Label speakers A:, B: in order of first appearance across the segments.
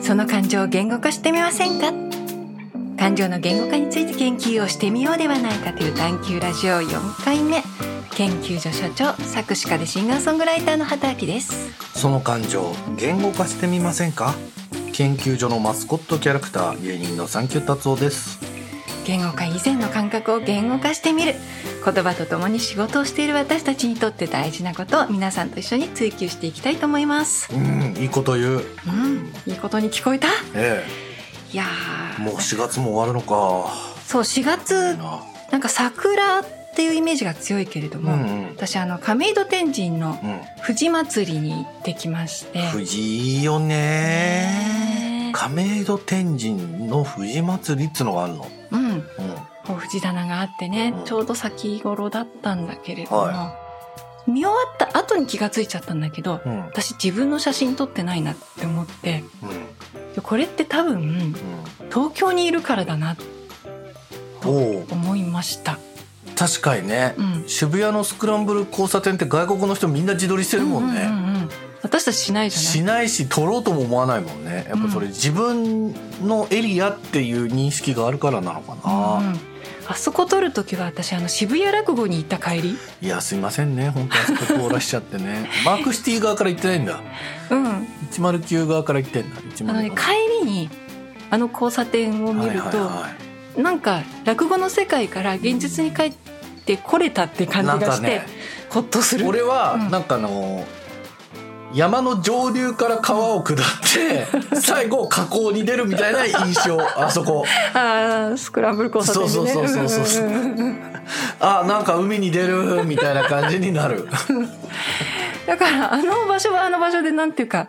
A: その感情を言語化してみませんか感情の言語化について研究をしてみようではないかという探究ラジオ4回目研究所所長作詞家でシンガーソングライターの畑明です
B: その感情言語化してみませんか研究所のマスコットキャラクター芸人のサンキュー達夫です
A: 言語化以前の感覚を言語化してみる言葉とともに仕事をしている私たちにとって大事なことを皆さんと一緒に追求していきたいと思います
B: うんいいこと言う
A: うんいいことに聞こえた
B: え
A: いや
B: え
A: ー
B: もう4月も終わるのか
A: そう4月
B: な
A: なんか桜っていうイメージが強いけれど
B: う
A: も、
B: んうん
A: 私あの亀戸天神の
B: うん
A: 富士祭りに行ってきまして
B: 藤いいよ
A: ねえ
B: ね亀戸天神の藤祭りっつのがあるの
A: うん
B: うん
A: こう藤棚があってね、
B: うん
A: ちょうど先頃だったんだけれども、
B: は
A: 見終わった後に気がついちゃったんだけど
B: うんうん
A: 私自分の写真撮ってないなって思ってでこれって多分東京にいるからだな
B: うんおお
A: 思いました、
B: 確かにね
A: うん、
B: 渋谷のスクランブル交差点って外国の人みんな自撮りしてるもんね、
A: うううんうん私たちしないじゃ
B: し
A: ない
B: ないし取ろうとも思わないもんねやっぱそれ
A: うん
B: 自分のエリアっていう認識があるからなのかな、
A: うんうんあそこ撮る時は私あの渋谷落語に行った帰り
B: いやすいませんね本当にそこ凍らしちゃって ねマークシティ側から行ってないんだ
A: うん
B: 109側から行ってんだ109
A: あのね帰りにあの交差点を見ると、
B: はいはいはい
A: なんか落語の世界から現実に帰ってこれたって感じがして、
B: なんかね
A: ほっとする
B: 俺は
A: うん
B: なんかあの、山の上流から川を下 って最後河口に出るみたいな印象あそこ
A: あースクランブル交差点でね
B: そうそうそうそうそうん
A: んんうん
B: あなんか海に出るみたいな感じに なる
A: だからあの場所はあの場所でなんていうか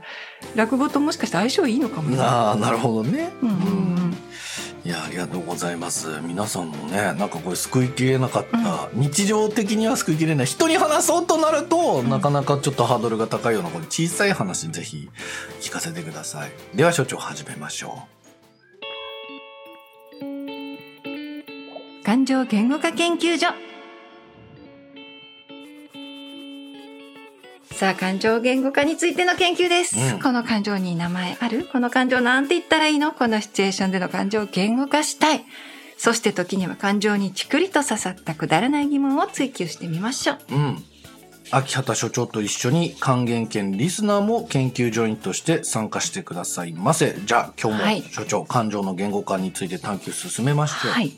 A: 落語ともしかして相性いいのかもね
B: ああなるほどね、
A: うんうんうん
B: いやありがとうございます皆さんもねなんかこれ救いきれなかった、日常的には救いきれない人に話そうとなると、
A: ん
B: なかなかちょっとハードルが高いようなこの小さい話ぜひ聞かせてくださいでは所長始めましょ
A: 感情言語化研究所さあ感情言語化についての研究です、
B: うん
A: この感情に名前あるこの感情なんて言ったらいいのこのシチュエーションでの感情を言語化したいそして時には感情にちくりと刺さったくだらない疑問を追求してみましょう
B: ううん秋畑所長と一緒に還元犬リスナーも研究所員として参加してくださいませじゃあ今
A: は
B: 日
A: い
B: も所長、感情の言語化について探求進めましょう
A: はい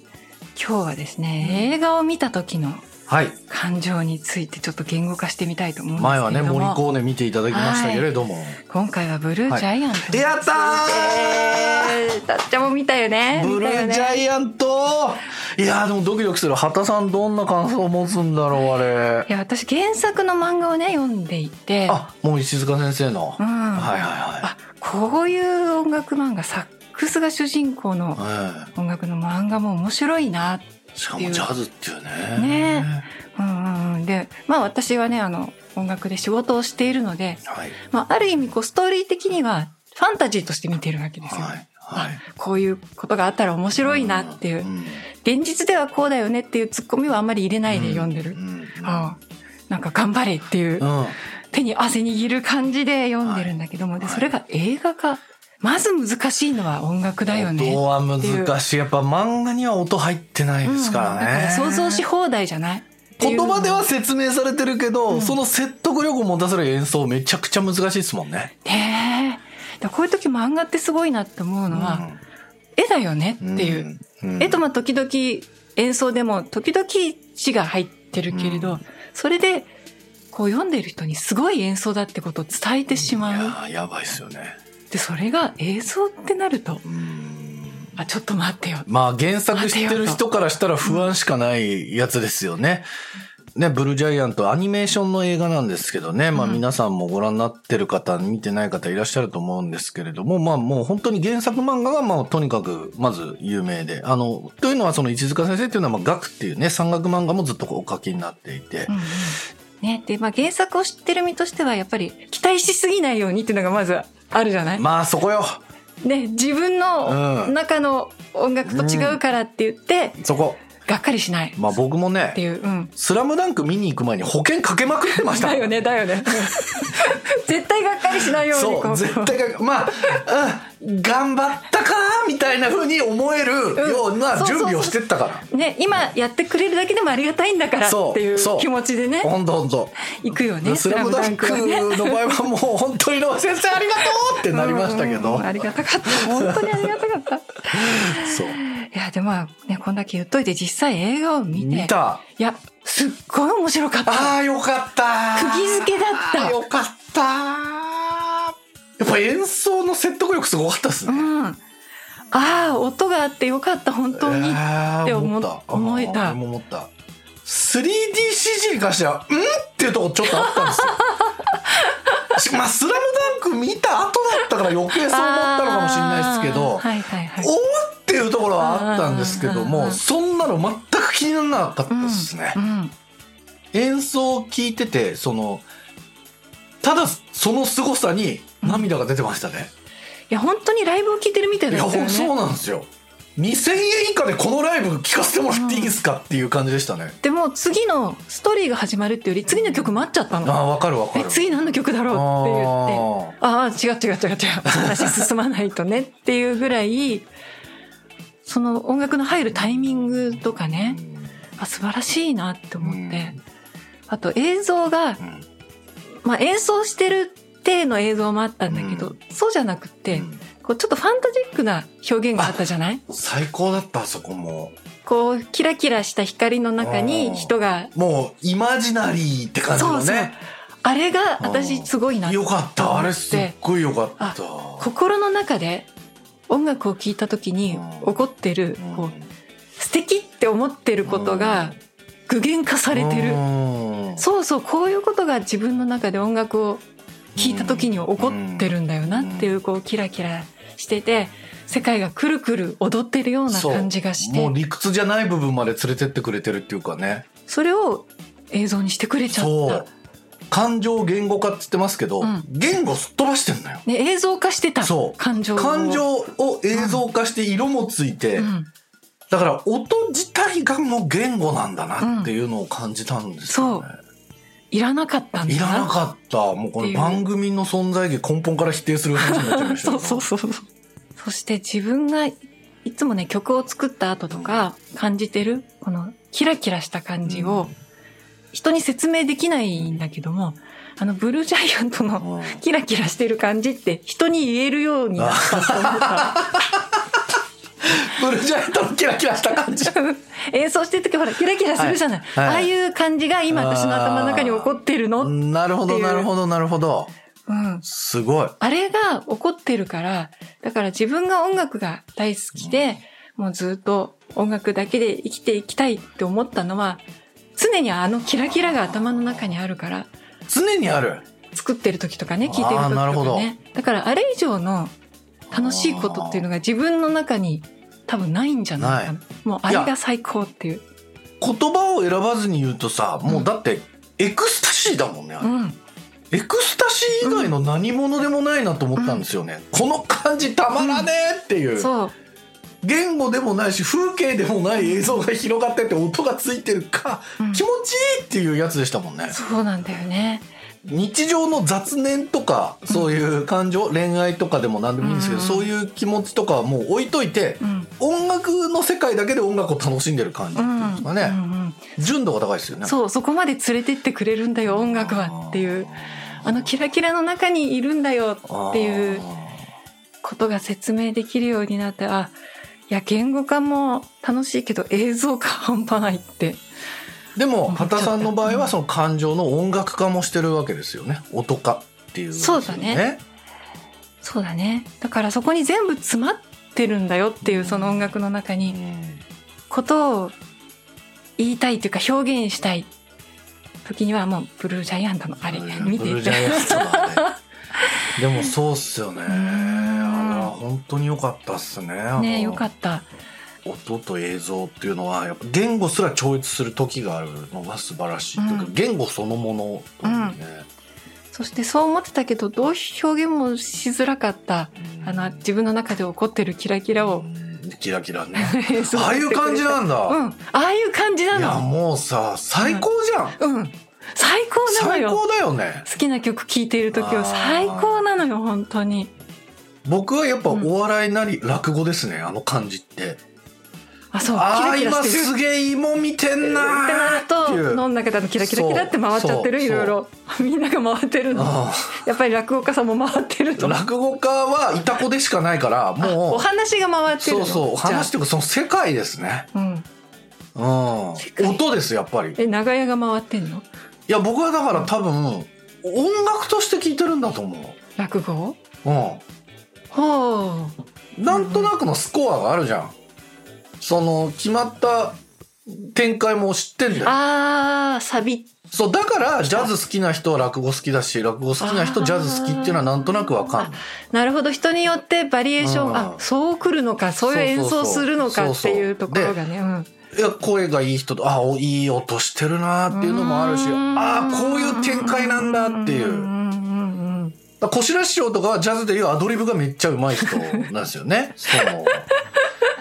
A: 今日はですね、映画を見た時の
B: はい
A: 感情についてちょっと言語化してみたいと思うんですけれ
B: 前
A: ども
B: はね森コーネ見ていただきましたけれども、
A: 今回はブルージャイアントに
B: やった
A: えーたっちゃんも見たよね。
B: ブルージャイアントいやーでもドキドキする畑さんどんな感想を持つんだろうあれ
A: いや私原作の漫画をね読んでいて、
B: あもう石塚先生の、
A: うん、
B: はいは
A: あこういう音楽漫画サックスが主人公
B: い
A: の
B: はい、え
A: 音楽の漫画も面白いな。
B: えしかもジャズっていうね
A: ねうんうんうん、でまあ私はねあの音楽で仕事をしているので、
B: はい
A: まあ、ある意味こうストーリー的にはファンタジーとして見てるわけですよ。
B: はいはい
A: こういうことがあったら面白いなっていう、
B: ん
A: 現実ではこうだよねっていうツッコミはあんまり入れないで読んでる
B: う。ん
A: ああなんか頑張れっていう
B: うんうん
A: 手に汗握る感じで読んでるんだけども、で
B: はい
A: それが映画化まず難しいのは音楽だよね。
B: 音は難しいやっぱ漫画には音入ってないですから
A: う
B: ね、
A: んだから想像し放題じゃない
B: 言葉では説明されてるけど、その説得力を持たせる演奏めちゃくちゃ難しいですもんね。
A: ねえだからこういう時漫画ってすごいなって思うのは、絵だよね
B: うん
A: っていう、、
B: うん
A: 絵とまあ時々演奏でも時々字が入ってるけれど、
B: う
A: それでこう読んでる人にすごい演奏だってことを伝えてし
B: い
A: まう。
B: やーやばいっすよね。
A: でそれが映像ってなると
B: うん
A: あちょっと待ってよ
B: まあ原作知ってる人からしたら不安しかないやつですよね。ね、ブルージャイアントアニメーションの映画なんですけどね、まあ
A: うん
B: 皆さんもご覧になってる方、見てない方いらっしゃると思うんですけれども、まあもう本当に原作漫画がまあとにかくまず有名で、あの、というのはその石塚先生っていうのはまあ学っていうね、山岳漫画もずっとお書きになっていて、
A: ね、で、まあ、原作を知ってる身としてはやっぱり期待しすぎないようにっていうのがまずあるじゃない、
B: まあそこよ
A: ね、自分の
B: うん
A: 中の音楽と違うからって言って、
B: そこ。
A: がっかりしないっ
B: まあ僕も
A: て
B: ね、
A: いう、うん。
B: スラムダンク見に行く前に保険かけまくってました
A: だ
B: もん。
A: よね、だよね。絶対がっかりしないようにこ
B: そう絶対がまあ、うん、頑張ったかなみたいなふうに思えるような
A: そうそうそう
B: 準備をしてったから、
A: ね、今やってくれるだけでもありがたいんだから
B: そう
A: っていう
B: そう
A: 気持ちでね
B: ほんとほんと
A: 行くよね
B: 「スラムダンク
A: はね
B: の場合はもう本当に先生ありがとうってなりましたけ
A: うん
B: ど
A: うんありがたかった本当にありがたかったい
B: そう
A: やでもまあねこんだけ言っといて実際映画を見て
B: 見た
A: いやすっごい面白かった
B: あーよかった
A: 釘付けだった
B: あーよかったやっぱ演奏の説得力すごかったです
A: う
B: ね、
A: んああ音があってよかった本当に
B: あー
A: って思
B: 思
A: っ
B: った
A: 思えた
B: あー俺も思った 3DCG に関しては「ん?」っていうとこちょっとあった んですよしまあ「スラムダンク見た後だったから余計そう思ったのかもしれないで
A: あー
B: すけど
A: はいはいはい
B: おおっていうところはあったんですけど
A: うんうんうんう
B: も
A: ん
B: そんなの全く気にならなかったですね、
A: うん
B: 演奏を聴いててそのただその凄さに涙が出てましたね、
A: いや本当にライブを聴いてるみたい
B: いや
A: だった
B: ほ
A: よ
B: んそう
A: ね
B: なんですよ2000円以下でこのライブ聴かせてもらっていいですかっていう感じでしたね、
A: でも次のストーリーが始まるっていうより次の曲待っちゃったの
B: ああわかるわか
A: え
B: る。
A: 次何の曲だろうって言って
B: あ
A: ああ違う違う違う違う話進まないとねっていうぐらいその音楽の入るタイミングとか
B: ー
A: ねあ素晴らしいなって思って、あと映像が、
B: うんうん
A: まあ、演奏してる体の映像もあったんだけど、
B: う
A: そうじゃなくてこうちょっとファンタジックな表現があったじゃない
B: 最高だったあそこも。
A: こうキラキラした光の中に人が
B: もうイマジナリーって感じの
A: そう
B: ね。
A: あれが私すごいな
B: よかっ
A: と思
B: た
A: って
B: あれすっごいよかった。
A: 心の中で音楽を聴いた時に起こってる
B: うん
A: こう素敵って思ってることが具現化されてる、
B: うん
A: そうそうこういうことが自分の中で音楽を聴いた時に起こってるんだよなっていうこうキラキラしてて世界がくるくる踊ってるような
B: そう
A: 感じがして
B: もう
A: そ
B: 理屈じゃない部分まで連れてってくれてるっていうかね。
A: れを映像にしてくれちゃっ
B: そう
A: た、。
B: 感情を言語化って言ってますけど、
A: うん
B: 言語すっ飛ばしてんのよ。
A: ね、映像化してた
B: そう
A: 感情を
B: 感情を映像化して色もついて、
A: うん
B: だから音自体がもう言語なんだなっていうのを感じたんですよね。
A: いらなかったんだ
B: いらなかった。もうこ
A: ってい
B: れ
A: う
B: 番組の存在意義根本から否定する話になっちゃいましたけ
A: そう そ
B: ど。
A: うそうそう。そして自分がいつもね、曲を作った後とか感じてる、このキラキラした感じを人に説明できないんだけども、あのブルージャイアント
B: う
A: の
B: ん。うん
A: キラキラしてる感じって人に言えるようになったと思 った。
B: ブルージャイアントのキラキラした感じ。
A: 演奏してる時ほらキラキラするじゃない。
B: はいはい
A: ああいう感じが今私の頭の中に起こってるの。
B: なるほ
A: っ
B: ど、
A: ていう
B: なるほど、なるほど。
A: うん。
B: すごい。
A: あれが起こってるから、だから自分が音楽が大好きで、もうずっと音楽だけで生きていきたいって思ったのは、常にあのキラキラが頭の中にあるから、
B: 常にある。
A: 作ってる時とかね、聴いてる
B: あー
A: 時
B: なる
A: と
B: ほ
A: か
B: ど
A: ね。だからあれ以上の楽しいことっていうのが自分の中に多分ないんじゃないかな。もうあれが最高っていう。
B: 言葉を選ばずに言うとさ、もうだって、エクスタシーだもんね、あ
A: う
B: れ
A: ん。
B: エクスタシー以外の何者でもないなと思ったんですよね。この感じたまらねえっていう。
A: そう。
B: 言語でもないし風景でもない映像が広がってて音がついてるか、
A: うん
B: 気持ちいいっていうやつでしたもんね
A: そうなんだよね。
B: 日常の雑念とかそういう感情、恋愛とかでも何でもいいんですけど、
A: うんうん
B: そういう気持ちとかはもう置いといて
A: う、ん。
B: 音楽の世界だけで音楽を楽しんでる感じって
A: う
B: いうんで
A: ん。
B: すかね、
A: うんうん
B: 純度が高いですよね
A: そう、そこまで連れてってくれるんだよ、音楽はっていう。あのキラキラの中にいるんだよっていうことが説明できるようになって、あ、いや、言語化も楽しいけど映像化半端ないって。
B: でも
A: 思っちゃった
B: 畑さんの場合はその感情の音楽化もしてるわけですよね音化っていう、
A: そうだねそうだね。だからそこに全部詰まってるんだよっていう、その音楽の中
B: う
A: に、
B: ん
A: ことを言いたいというか表現したい時にはもうブルージャイアントのあれ、見て
B: ブル
A: い
B: ージ
A: て。
B: ャイアントだねでもそうっすよね。
A: ん
B: あら本当に良かったっすね。あの
A: ねよかった。
B: 音と映像っていうのはやっぱ言語すら超越する時があるのが素晴らしい、というか
A: うん
B: 言語そのものというね、
A: そしてそう思ってたけど、どう表現もしづらかった。あの、自分の中で起こってるキラキラを
B: うんキラキラね
A: そう
B: ああいう感じなんだ、
A: うんああいう感じない
B: や
A: の
B: もうさ最高じゃん、
A: うん最高なの
B: 最
A: よ
B: 高だよね
A: 好きな曲聴いている時は最高なのよ本当に
B: 僕はやっぱお笑いなり落語ですね、あの感じって
A: あそう
B: ああ
A: キラキラ
B: 今
A: して
B: す
A: る
B: げえ芋見てんなー
A: ってなると
B: っていう
A: 飲んだ方のキラキラキラって回っちゃってる
B: そう
A: いろいろみんなが回ってるの
B: あ
A: やっぱり落語家さんも回ってる
B: あ
A: と
B: 落語家はいた子でしかないから
A: あ
B: も
A: お
B: う
A: 話が回ってる
B: そ
A: の
B: うそうお
A: じゃあ
B: 話というかその世界ですね
A: うん
B: うん
A: 世界
B: 音ですやっぱり
A: え長屋が回ってんの
B: いや僕はだから多分音楽として聴いてるんだと思
A: 落語
B: ううん
A: ほう
B: なんとなくのスコアがあるじゃん。その、決まった展開も知ってんだよ。
A: あーサビ
B: そう、だから、ジャズ好きな人は落語好きだし、落語好きな人
A: あー
B: ジャズ好きっていうのはなんとなくわかんない。
A: なるほど人によってバリエーショ
B: うん
A: ンあそう来るのかそういう演奏するのかっていうところがねうん
B: いや、声がいい人と、あ、おいい音してるなーっていうのもあるし、
A: うーん
B: ああ、こういう展開なんだっていうう。
A: んうんうんうん
B: だから小白師匠とかはジャズでいうアドリブがめっちゃ上手い人なんです よね。その、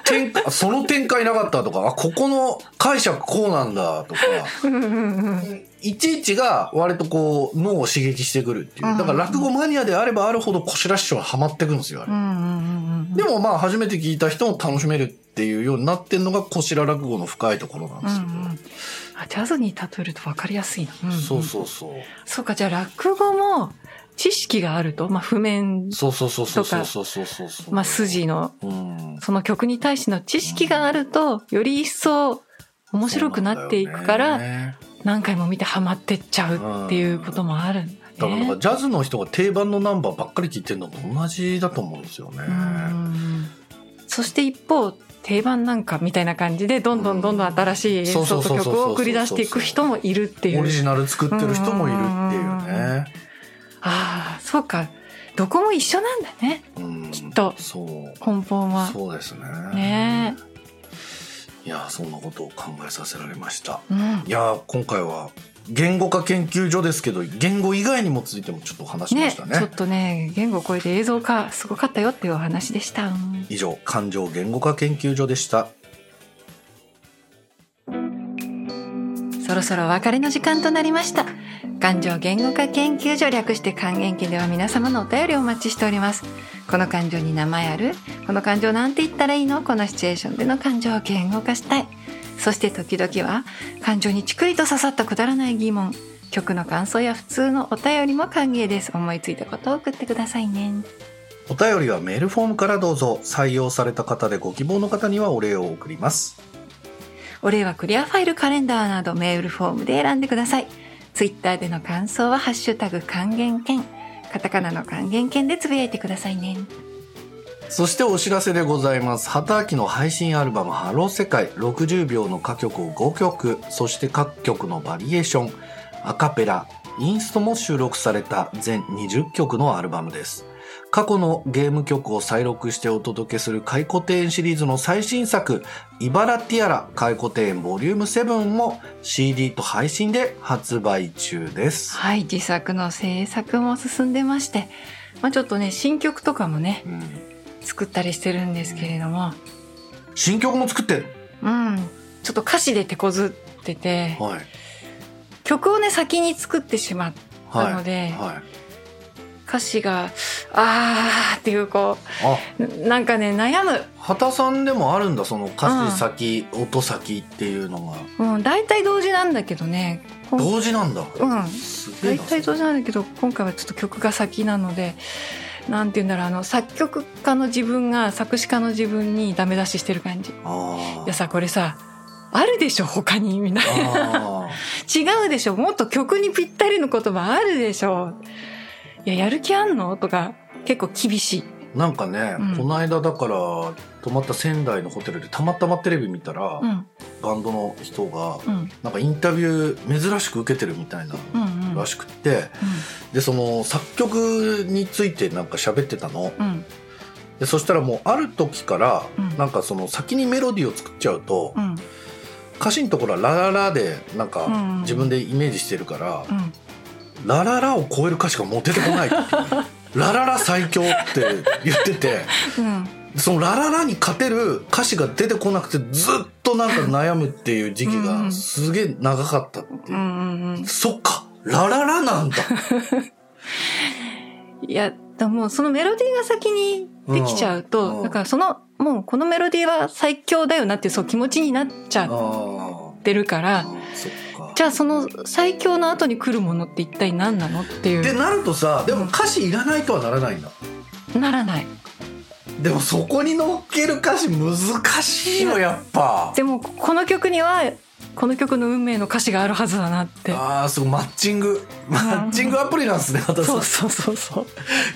B: 展開その展開なかったとか、あ、ここの解釈こうなんだとか。
A: うんうんうん
B: いちいちが割とこう脳を刺激してくるっていう。だから落語マニアであればあるほど小白師匠はハマってくんですよ、あ
A: う
B: れ。
A: んうんうんうん
B: でもまあ初めて聞いた人も楽しめるっていうようになってんのが小白落語の深いところなん
A: う
B: で
A: んう
B: す
A: ん
B: けど。
A: あジャズに例えると分かりやすいな、んん
B: そうそうそう。
A: そうかじゃあ落語も知識があると、まあ、譜面、
B: そうそうそうそうそうそうそうそうそう。
A: まあ、筋の
B: うん。
A: その曲に対しての知識があるとより一層面白くなっていくか
B: そう
A: ら
B: なんだよね
A: 何回も見てハマってっちゃうっていうこともあるんだ
B: だからなん
A: ね
B: か。ジャズの人が定番のナンバーばっかり聞いてるのと同じだと思うんですよね。
A: うんそして一方定番なんかみたいな感じでどんどんどんどん新しい演奏
B: そうそ
A: と
B: うそうそうそう
A: 曲を繰り出していく人もいるっていう
B: オリジナル作ってる人もいるっていうね。
A: ああそうかどこも一緒なんだね
B: うん。
A: きっと
B: そう。
A: 根本は。
B: そうですね。
A: ね
B: いやそんなことを考えさせられました。
A: うん
B: いや今回は言語化研究所ですけど言語以外にもついてもちょっとお話しま
A: ね
B: したね。
A: ちょっとね言語を超えて映像化すごかったよっていうお話でした。
B: 以上感情言語化研究所でした。
A: そろそろお別れの時間となりました。感情言語化研究所略して還元期では皆様のお便りをお待ちしております。この感情に名前あるこの感情なんて言ったらいいのこのシチュエーションでの感情を言語化したい。そして時々は感情にちくりと刺さったくだらない疑問、曲の感想や普通のお便りも歓迎です。思いついたことを送ってくださいね。
B: お便りはメールフォームからどうぞ採用された方でご希望の方にはお礼を送ります。
A: お礼はクリアファイルカレンダーなどメールフォームで選んでください。ツイッターでの感想はハッシュタグ還元券、カタカナの還元券でつぶやいてくださいね。
B: そしてお知らせでございます。畑明の配信アルバム「ハロー世界」60秒の歌曲を5曲そして各曲のバリエーションアカペラインストも収録された全20曲のアルバムです。過去のゲーム曲を再録してお届けする回顧庭園シリーズの最新作「イバラティアラ回顧庭園ボリューム7も CD と配信で発売中です。
A: はい、自作の制作も進んでまして、まあちょっとね、新曲とかもね、
B: うん
A: 作ったりしてるんですけれども、
B: 新曲も作ってる
A: うん、ちょっと歌詞で手こずってて、
B: はい。
A: 曲をね、先に作ってしまったの
B: はい。
A: で、
B: はい。
A: 歌詞が、あーっていうこ
B: あ、
A: う、なんかね、悩む。
B: 畑さんでもあるんだその歌詞先、音先っていうの
A: うん、大体同時なんだけどね、
B: が
A: 今
B: 同時なんだ、
A: うん
B: すげ
A: 大
B: えな
A: 体当時なんだけど今回はちょっと曲が先なのでなんて言うんだろうあの作曲家の自分が作詞家の自分にダメ出ししてる感じいや
B: あー
A: さこれさあるでしょ他にみんな
B: あ
A: 違うでしょもっと曲にぴったりの言葉あるでしょいややる気あんのとか結構厳しい
B: ーなんかね、
A: うん
B: この間だから泊まった仙台のホテルでたまたまテレビ見たら、
A: うん
B: バンドの人が
A: うん
B: なんかインタビュー珍しく受けてるみたいな
A: うんうん
B: らしくってでその作曲についてなんか喋ってたの
A: うんうん
B: でそしたらもうある時から、
A: うん
B: なんかその先にメロディーを作っちゃうと、
A: うん
B: 歌詞のところは「ラララ」でなんか
A: うん
B: 自分でイメージしてるから
A: う、ん
B: ラララを 超える歌詞がもう出てこないっていうラララ最強って言ってて
A: うん
B: そのラララに勝てる歌詞が出てこなくてずっとなんか悩むっていう時期
A: う
B: が
A: ん
B: すげえ長かったって
A: うんう
B: いう。
A: んうん
B: そっか、ラララなんだ。
A: いや、だもうそのメロディーが先にできちゃうと、
B: うんうん
A: だからその、もうこのメロディーは最強だよなっていうそう気持ちになっち
B: あ
A: ゃっ
B: ー
A: てるか
B: あ
A: ら、
B: ー、そっか。
A: じゃあその最強の後に来るものって一体何なのってい
B: って
A: う。
B: なるとさ、でも歌詞いらないとはならないんだ。
A: ならない。
B: でもそこに乗っける歌詞難しいよ、やっぱ。
A: でも、この曲には、この曲の運命の歌詞があるはずだなって。
B: ああ、そう、マッチング。マッチングアプリなんですね、私。
A: そうそうそうそう。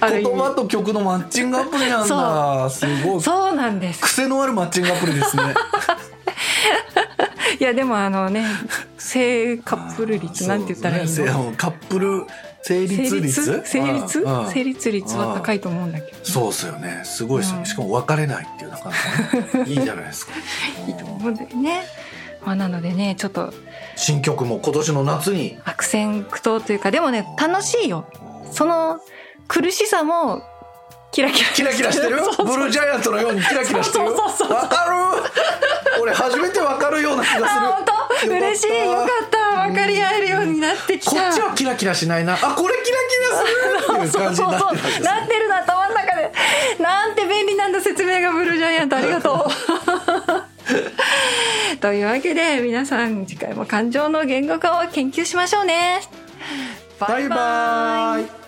A: ある意
B: 言葉
A: 味。
B: と曲のマッチングアプリなんだ。すごい。
A: そうなんです。
B: 癖のあるマッチングアプリですね。
A: いや、でもあのね、性 カップル率なんて言ったらいい
B: そうね
A: の
B: せあカップル成立率
A: 成立
B: うんうん
A: 成立率は高いと思うんだけど。
B: そうですよね。すごいですよ
A: うん
B: ね。しかも別れないっていうなかなかねいいじゃないですか。
A: いいと思うんだよね。まあ、なのでね、ちょっと
B: 新曲も今年の夏に。
A: 悪戦苦闘というか、でもね、楽しいよ。その苦しさも、キラキラ
B: キラキラしてる
A: そうそう
B: ブルージャイアントのようにキラキラしてる
A: そうそうそうそう
B: わかる俺初めてわかるような気がする。
A: あ、本当
B: よかった
A: 嬉しい。よかった。分かり合えるようになってきた。
B: こっちはキラキラしないな。あ、これキラキラするっていう
A: そ
B: 感
A: う
B: じ
A: そ
B: に
A: う
B: なっ
A: そ
B: てるわけです
A: う。
B: ね
A: なってるの頭の中で。なんて便利なんだ説明がブルージャイアントありがとう。 というわけで皆さん次回も感情の言語化を研究しましょうね。
B: バイバーイ。